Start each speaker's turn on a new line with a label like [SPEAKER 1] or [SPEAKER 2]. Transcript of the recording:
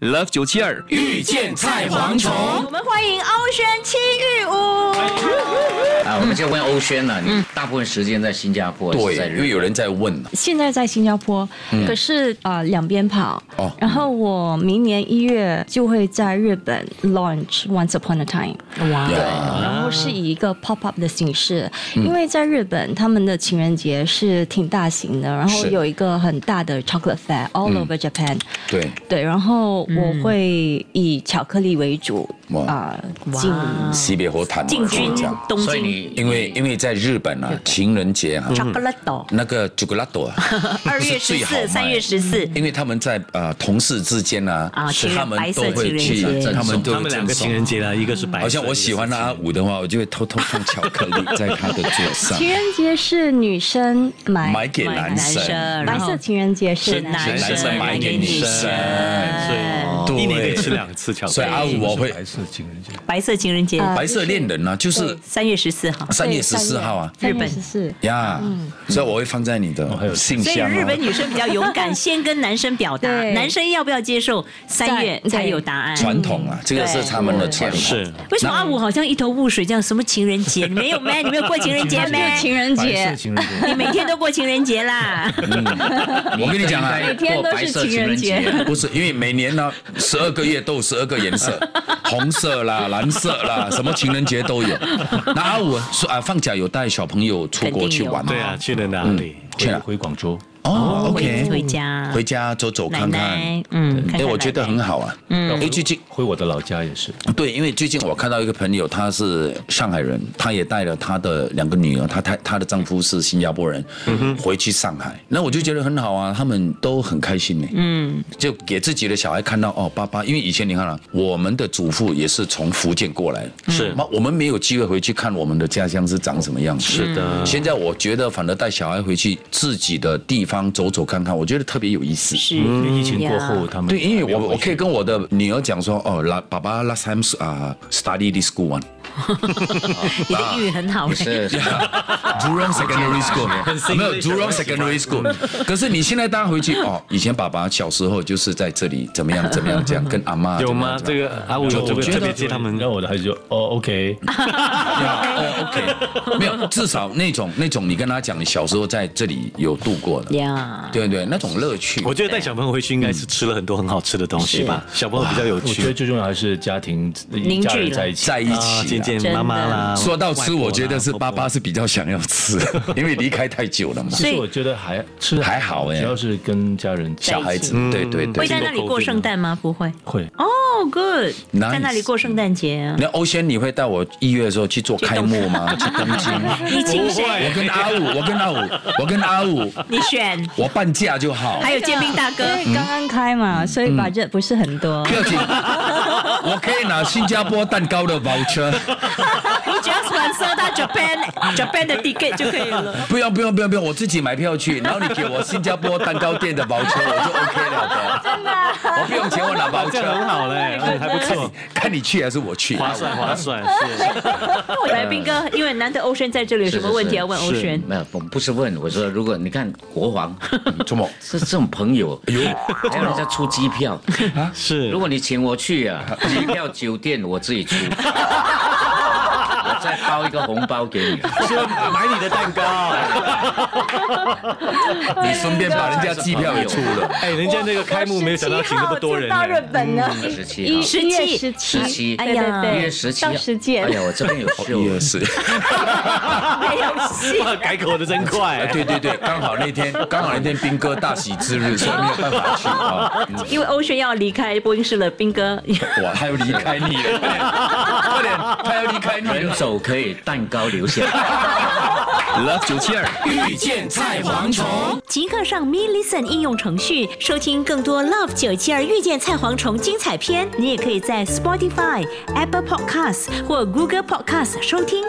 [SPEAKER 1] Love 九七二
[SPEAKER 2] 遇见菜蝗虫。
[SPEAKER 3] 我们欢迎欧轩七玉屋。
[SPEAKER 4] 啊，我们就问欧轩了，
[SPEAKER 3] 嗯
[SPEAKER 4] 你大部分时间在新加坡，
[SPEAKER 2] 对，
[SPEAKER 4] 在
[SPEAKER 2] 因为
[SPEAKER 4] 日
[SPEAKER 2] 有人在问，
[SPEAKER 5] 现在啊在新加坡，可是呃两边跑。
[SPEAKER 2] 嗯哦
[SPEAKER 5] 然后我明年一月就会在日本 launch Once Upon a Time，
[SPEAKER 3] 哇
[SPEAKER 2] 呀
[SPEAKER 5] 然后是以一个 pop up 的形式，
[SPEAKER 2] 嗯
[SPEAKER 5] 因为在日本他们的情人节是挺大型的，然后
[SPEAKER 2] 是嗯
[SPEAKER 5] 有一个很大的 chocolate fair all over Japan，、
[SPEAKER 2] 对，
[SPEAKER 3] 嗯
[SPEAKER 5] 对，然后我会以巧克力为主
[SPEAKER 2] 嗯哇
[SPEAKER 5] 啊、进
[SPEAKER 3] 哇
[SPEAKER 2] 西北和坦
[SPEAKER 3] 进军
[SPEAKER 2] 这样
[SPEAKER 3] 东
[SPEAKER 4] 所以
[SPEAKER 3] 京
[SPEAKER 4] 你
[SPEAKER 2] 因为因为在日本啊，情人节啊，
[SPEAKER 3] ，Chocolate，
[SPEAKER 2] 那个 c h o c o l a t 啊，
[SPEAKER 3] 嗯 二月
[SPEAKER 2] 不是
[SPEAKER 3] 十
[SPEAKER 2] 最好卖
[SPEAKER 3] 四、三月十四，
[SPEAKER 2] 因为他们在呃同事之间呢
[SPEAKER 3] 啊，
[SPEAKER 2] 是
[SPEAKER 3] 情人
[SPEAKER 2] 他们
[SPEAKER 3] 白色
[SPEAKER 2] 都会去
[SPEAKER 3] 情人
[SPEAKER 4] 节，
[SPEAKER 2] 他们都
[SPEAKER 1] 他们两个情人。节呢，一个是白色，
[SPEAKER 2] 好像我喜欢的阿五的话，我就会偷偷放巧克力在他 的桌上
[SPEAKER 5] 情，人节是女生买
[SPEAKER 2] 买给男
[SPEAKER 3] 男生
[SPEAKER 2] 生。
[SPEAKER 5] 白
[SPEAKER 3] 呃然后
[SPEAKER 5] 色情人节
[SPEAKER 3] 是
[SPEAKER 5] 是
[SPEAKER 3] 男
[SPEAKER 1] 一个是白色
[SPEAKER 2] 男生买给女生
[SPEAKER 1] 对
[SPEAKER 2] 对
[SPEAKER 1] 一年可以吃两次巧克力，
[SPEAKER 2] 所以阿五我会
[SPEAKER 6] 白色情人节，
[SPEAKER 3] 白色情人节，
[SPEAKER 5] 啊
[SPEAKER 2] 白色恋人呢，就是
[SPEAKER 3] 三月十四号。
[SPEAKER 2] 三月十四号啊，
[SPEAKER 5] 日
[SPEAKER 3] 日本
[SPEAKER 5] 本十四。
[SPEAKER 2] 呀，所以我会放在你
[SPEAKER 4] 哦
[SPEAKER 2] 的信
[SPEAKER 3] 嗯所以
[SPEAKER 2] 箱
[SPEAKER 3] 日
[SPEAKER 2] 啊
[SPEAKER 3] 本。女生比较勇敢，先跟男生 表达，
[SPEAKER 5] 对
[SPEAKER 3] 男生要不要接受，三月
[SPEAKER 5] 在
[SPEAKER 3] 才有答案。
[SPEAKER 2] 传统啊，这个是他们的传统。
[SPEAKER 1] 是
[SPEAKER 3] 为什么阿五好像一头雾水？这样什么情人节？你没有 m 你没有过情 人节咩？
[SPEAKER 5] 情人
[SPEAKER 6] 白
[SPEAKER 5] 节
[SPEAKER 6] 色，情人节。
[SPEAKER 3] 你每天都过情人节啦。
[SPEAKER 2] 我跟你讲啊，
[SPEAKER 4] 应
[SPEAKER 5] 每天
[SPEAKER 4] 该过
[SPEAKER 5] 都是
[SPEAKER 4] 白色
[SPEAKER 5] 情
[SPEAKER 4] 情人
[SPEAKER 5] 人节
[SPEAKER 4] 节，
[SPEAKER 2] 不是，因为每年呢，十二个月都有十二个颜色，红色啦、蓝色啦，什么情人节都有。那阿五说啊，放假有带小朋友出国去玩吗？
[SPEAKER 1] 对啊，去了哪里？
[SPEAKER 2] 去
[SPEAKER 6] 回
[SPEAKER 2] 哪？
[SPEAKER 6] 回广州，
[SPEAKER 2] 哦
[SPEAKER 3] 回回
[SPEAKER 2] ，OK，
[SPEAKER 3] 家，
[SPEAKER 2] 回家走走
[SPEAKER 3] 嗯奶
[SPEAKER 2] 看看。
[SPEAKER 3] 奶，嗯，看
[SPEAKER 2] 哎，
[SPEAKER 3] 看
[SPEAKER 2] 我觉得
[SPEAKER 3] 奶
[SPEAKER 2] 很
[SPEAKER 3] 奶。
[SPEAKER 2] 好啊。嗯，哎，最近
[SPEAKER 6] 回我的老家也是。
[SPEAKER 2] 对，因为最近我看到一个朋友，他是上海人，他也带了他的两个女儿，他她她的丈夫是新加坡人，回去上海，那我就觉得很好啊，他们都很开心呢。嗯，就给自己的小孩看到哦，爸爸，因为以前你看啊，我们的祖父也是从福建过来，
[SPEAKER 6] 嗯
[SPEAKER 1] 是
[SPEAKER 2] 那我们没有机会回去看我们的家乡是长什么样子。
[SPEAKER 1] 是的
[SPEAKER 2] 现在我觉得反而带小孩回去自己的地方走走看看，我觉得特别有意思。
[SPEAKER 3] 是
[SPEAKER 1] 嗯
[SPEAKER 6] 疫情过后，
[SPEAKER 3] 呀
[SPEAKER 6] 他们
[SPEAKER 2] 对，因
[SPEAKER 6] 嗯
[SPEAKER 2] 为
[SPEAKER 6] 还没有
[SPEAKER 2] 我我
[SPEAKER 6] 回
[SPEAKER 2] 可以
[SPEAKER 6] 去
[SPEAKER 2] 跟我的女儿讲说，哦，la 爸爸 last time 是啊 study this school one，
[SPEAKER 3] 你的英语很好，
[SPEAKER 4] 是是
[SPEAKER 2] Jurong Secondary School，啊
[SPEAKER 1] Singlish
[SPEAKER 2] 没有 Jurong
[SPEAKER 1] 很喜
[SPEAKER 2] Secondary School。可是你现在大家回去哦，以前爸爸小时候就是在这里怎么样怎么样这样，跟 阿妈
[SPEAKER 1] 有吗？这个阿五有这个特别接他们啊
[SPEAKER 6] 让我的孩子就哦，OK，
[SPEAKER 2] 哦 OK，没有，至少那种那种你跟他讲你小时候在这里有度过的，
[SPEAKER 3] 呀，
[SPEAKER 2] 对对，那种乐趣。
[SPEAKER 1] 我觉得带小朋友回去应该是吃了很多很好吃的东西吧，小朋友比较有
[SPEAKER 6] 我觉得
[SPEAKER 1] 趣，
[SPEAKER 6] 最重要还是家庭
[SPEAKER 3] 凝聚
[SPEAKER 6] 家人
[SPEAKER 3] 了
[SPEAKER 6] 在一起。
[SPEAKER 2] 在一
[SPEAKER 1] 啊
[SPEAKER 2] 起
[SPEAKER 1] 见
[SPEAKER 2] 啦。
[SPEAKER 1] 见妈妈啦。
[SPEAKER 2] 说到
[SPEAKER 1] 外
[SPEAKER 2] 吃，
[SPEAKER 1] 婆啦
[SPEAKER 2] 我觉得是爸爸。是比较想要吃， 因为离开太久了嘛。
[SPEAKER 3] 所
[SPEAKER 6] 其
[SPEAKER 3] 以
[SPEAKER 6] 实我觉得还吃
[SPEAKER 2] 还好哎
[SPEAKER 6] 主要是跟家人
[SPEAKER 2] 小孩子，对对对
[SPEAKER 3] 会。在那里过圣诞吗？不会。
[SPEAKER 6] 会
[SPEAKER 3] 哦，good，
[SPEAKER 2] Nice
[SPEAKER 3] 在那里过圣诞节啊。
[SPEAKER 2] 那欧轩，你会带我一月的时候去做开幕吗？去东京？
[SPEAKER 3] 你请
[SPEAKER 1] 不
[SPEAKER 3] 谁？
[SPEAKER 1] 会
[SPEAKER 2] 我跟阿五，我跟阿五，我跟阿五，
[SPEAKER 3] 你选。
[SPEAKER 2] 我半价就好，
[SPEAKER 3] 还有建兵大哥
[SPEAKER 5] 因，为刚刚开嘛，所以 budget 不是很多
[SPEAKER 2] 不。要紧，我可以拿新加坡蛋糕的 voucher。
[SPEAKER 3] 你只要 sponsor 到 Japan Japan 的 ticket 就可 以了。
[SPEAKER 2] 不要不要不要不要，我自己买票去，然后你给我新加坡蛋糕店的 voucher，我就 OK 了的。真的，我不用钱，我拿
[SPEAKER 1] 啊，这样很
[SPEAKER 2] voucher。
[SPEAKER 1] 好 嘞，嗯还不错，
[SPEAKER 2] 看你去还是我去？
[SPEAKER 1] 划算划算，是
[SPEAKER 3] 后来兵哥，因为难得欧轩在这里，有什么问题要问欧轩？
[SPEAKER 4] 没有，我不是问，我说如果你看 国王
[SPEAKER 2] 周末
[SPEAKER 4] 是这种朋友，
[SPEAKER 2] 哎
[SPEAKER 4] 还要人家出机
[SPEAKER 2] 啊
[SPEAKER 4] 票，啊
[SPEAKER 1] 是
[SPEAKER 4] 如。果你请我去啊，机票、酒店我自己出，我再包一个红包给你。啊
[SPEAKER 1] 就买你的蛋糕，
[SPEAKER 2] 你顺便把人家机票也出了。
[SPEAKER 1] 哎，人家那个开幕没有想到请那么多人
[SPEAKER 5] 哎
[SPEAKER 1] 哎
[SPEAKER 5] 我17号就到日，
[SPEAKER 1] 呢
[SPEAKER 5] 本了，
[SPEAKER 4] 十七
[SPEAKER 5] 一
[SPEAKER 4] 号，
[SPEAKER 5] 一月
[SPEAKER 3] 17
[SPEAKER 5] 十
[SPEAKER 4] 十
[SPEAKER 5] 七，
[SPEAKER 4] 七，
[SPEAKER 3] 哎
[SPEAKER 5] 对
[SPEAKER 3] 呀
[SPEAKER 5] 对
[SPEAKER 4] 一
[SPEAKER 5] 对，
[SPEAKER 4] 月十七，
[SPEAKER 5] 到十
[SPEAKER 4] 哎
[SPEAKER 5] 届
[SPEAKER 4] 呀，。我这边有
[SPEAKER 2] 哦也
[SPEAKER 4] 秀，
[SPEAKER 2] 是，
[SPEAKER 3] 没有戏，
[SPEAKER 1] 哇，改口的真
[SPEAKER 2] 哎，
[SPEAKER 1] 快，
[SPEAKER 2] 对对 对，刚好那天，刚好那天兵哥大喜之日，所以没有办法去啊。嗯
[SPEAKER 3] 因为欧轩要离开播音室了，兵哥。
[SPEAKER 2] 哇，他要离开你了， 快点，他要离开你
[SPEAKER 4] 人
[SPEAKER 2] 了。
[SPEAKER 4] 走可以，蛋糕留下。
[SPEAKER 1] Love 九七二
[SPEAKER 2] 遇见菜蝗虫，
[SPEAKER 3] 即刻上 Me Listen 应用程序收听更多 Love 九七二遇见菜蝗虫精彩片。你也可以在 Spotify、Apple Podcasts 或 Google Podcasts 收听。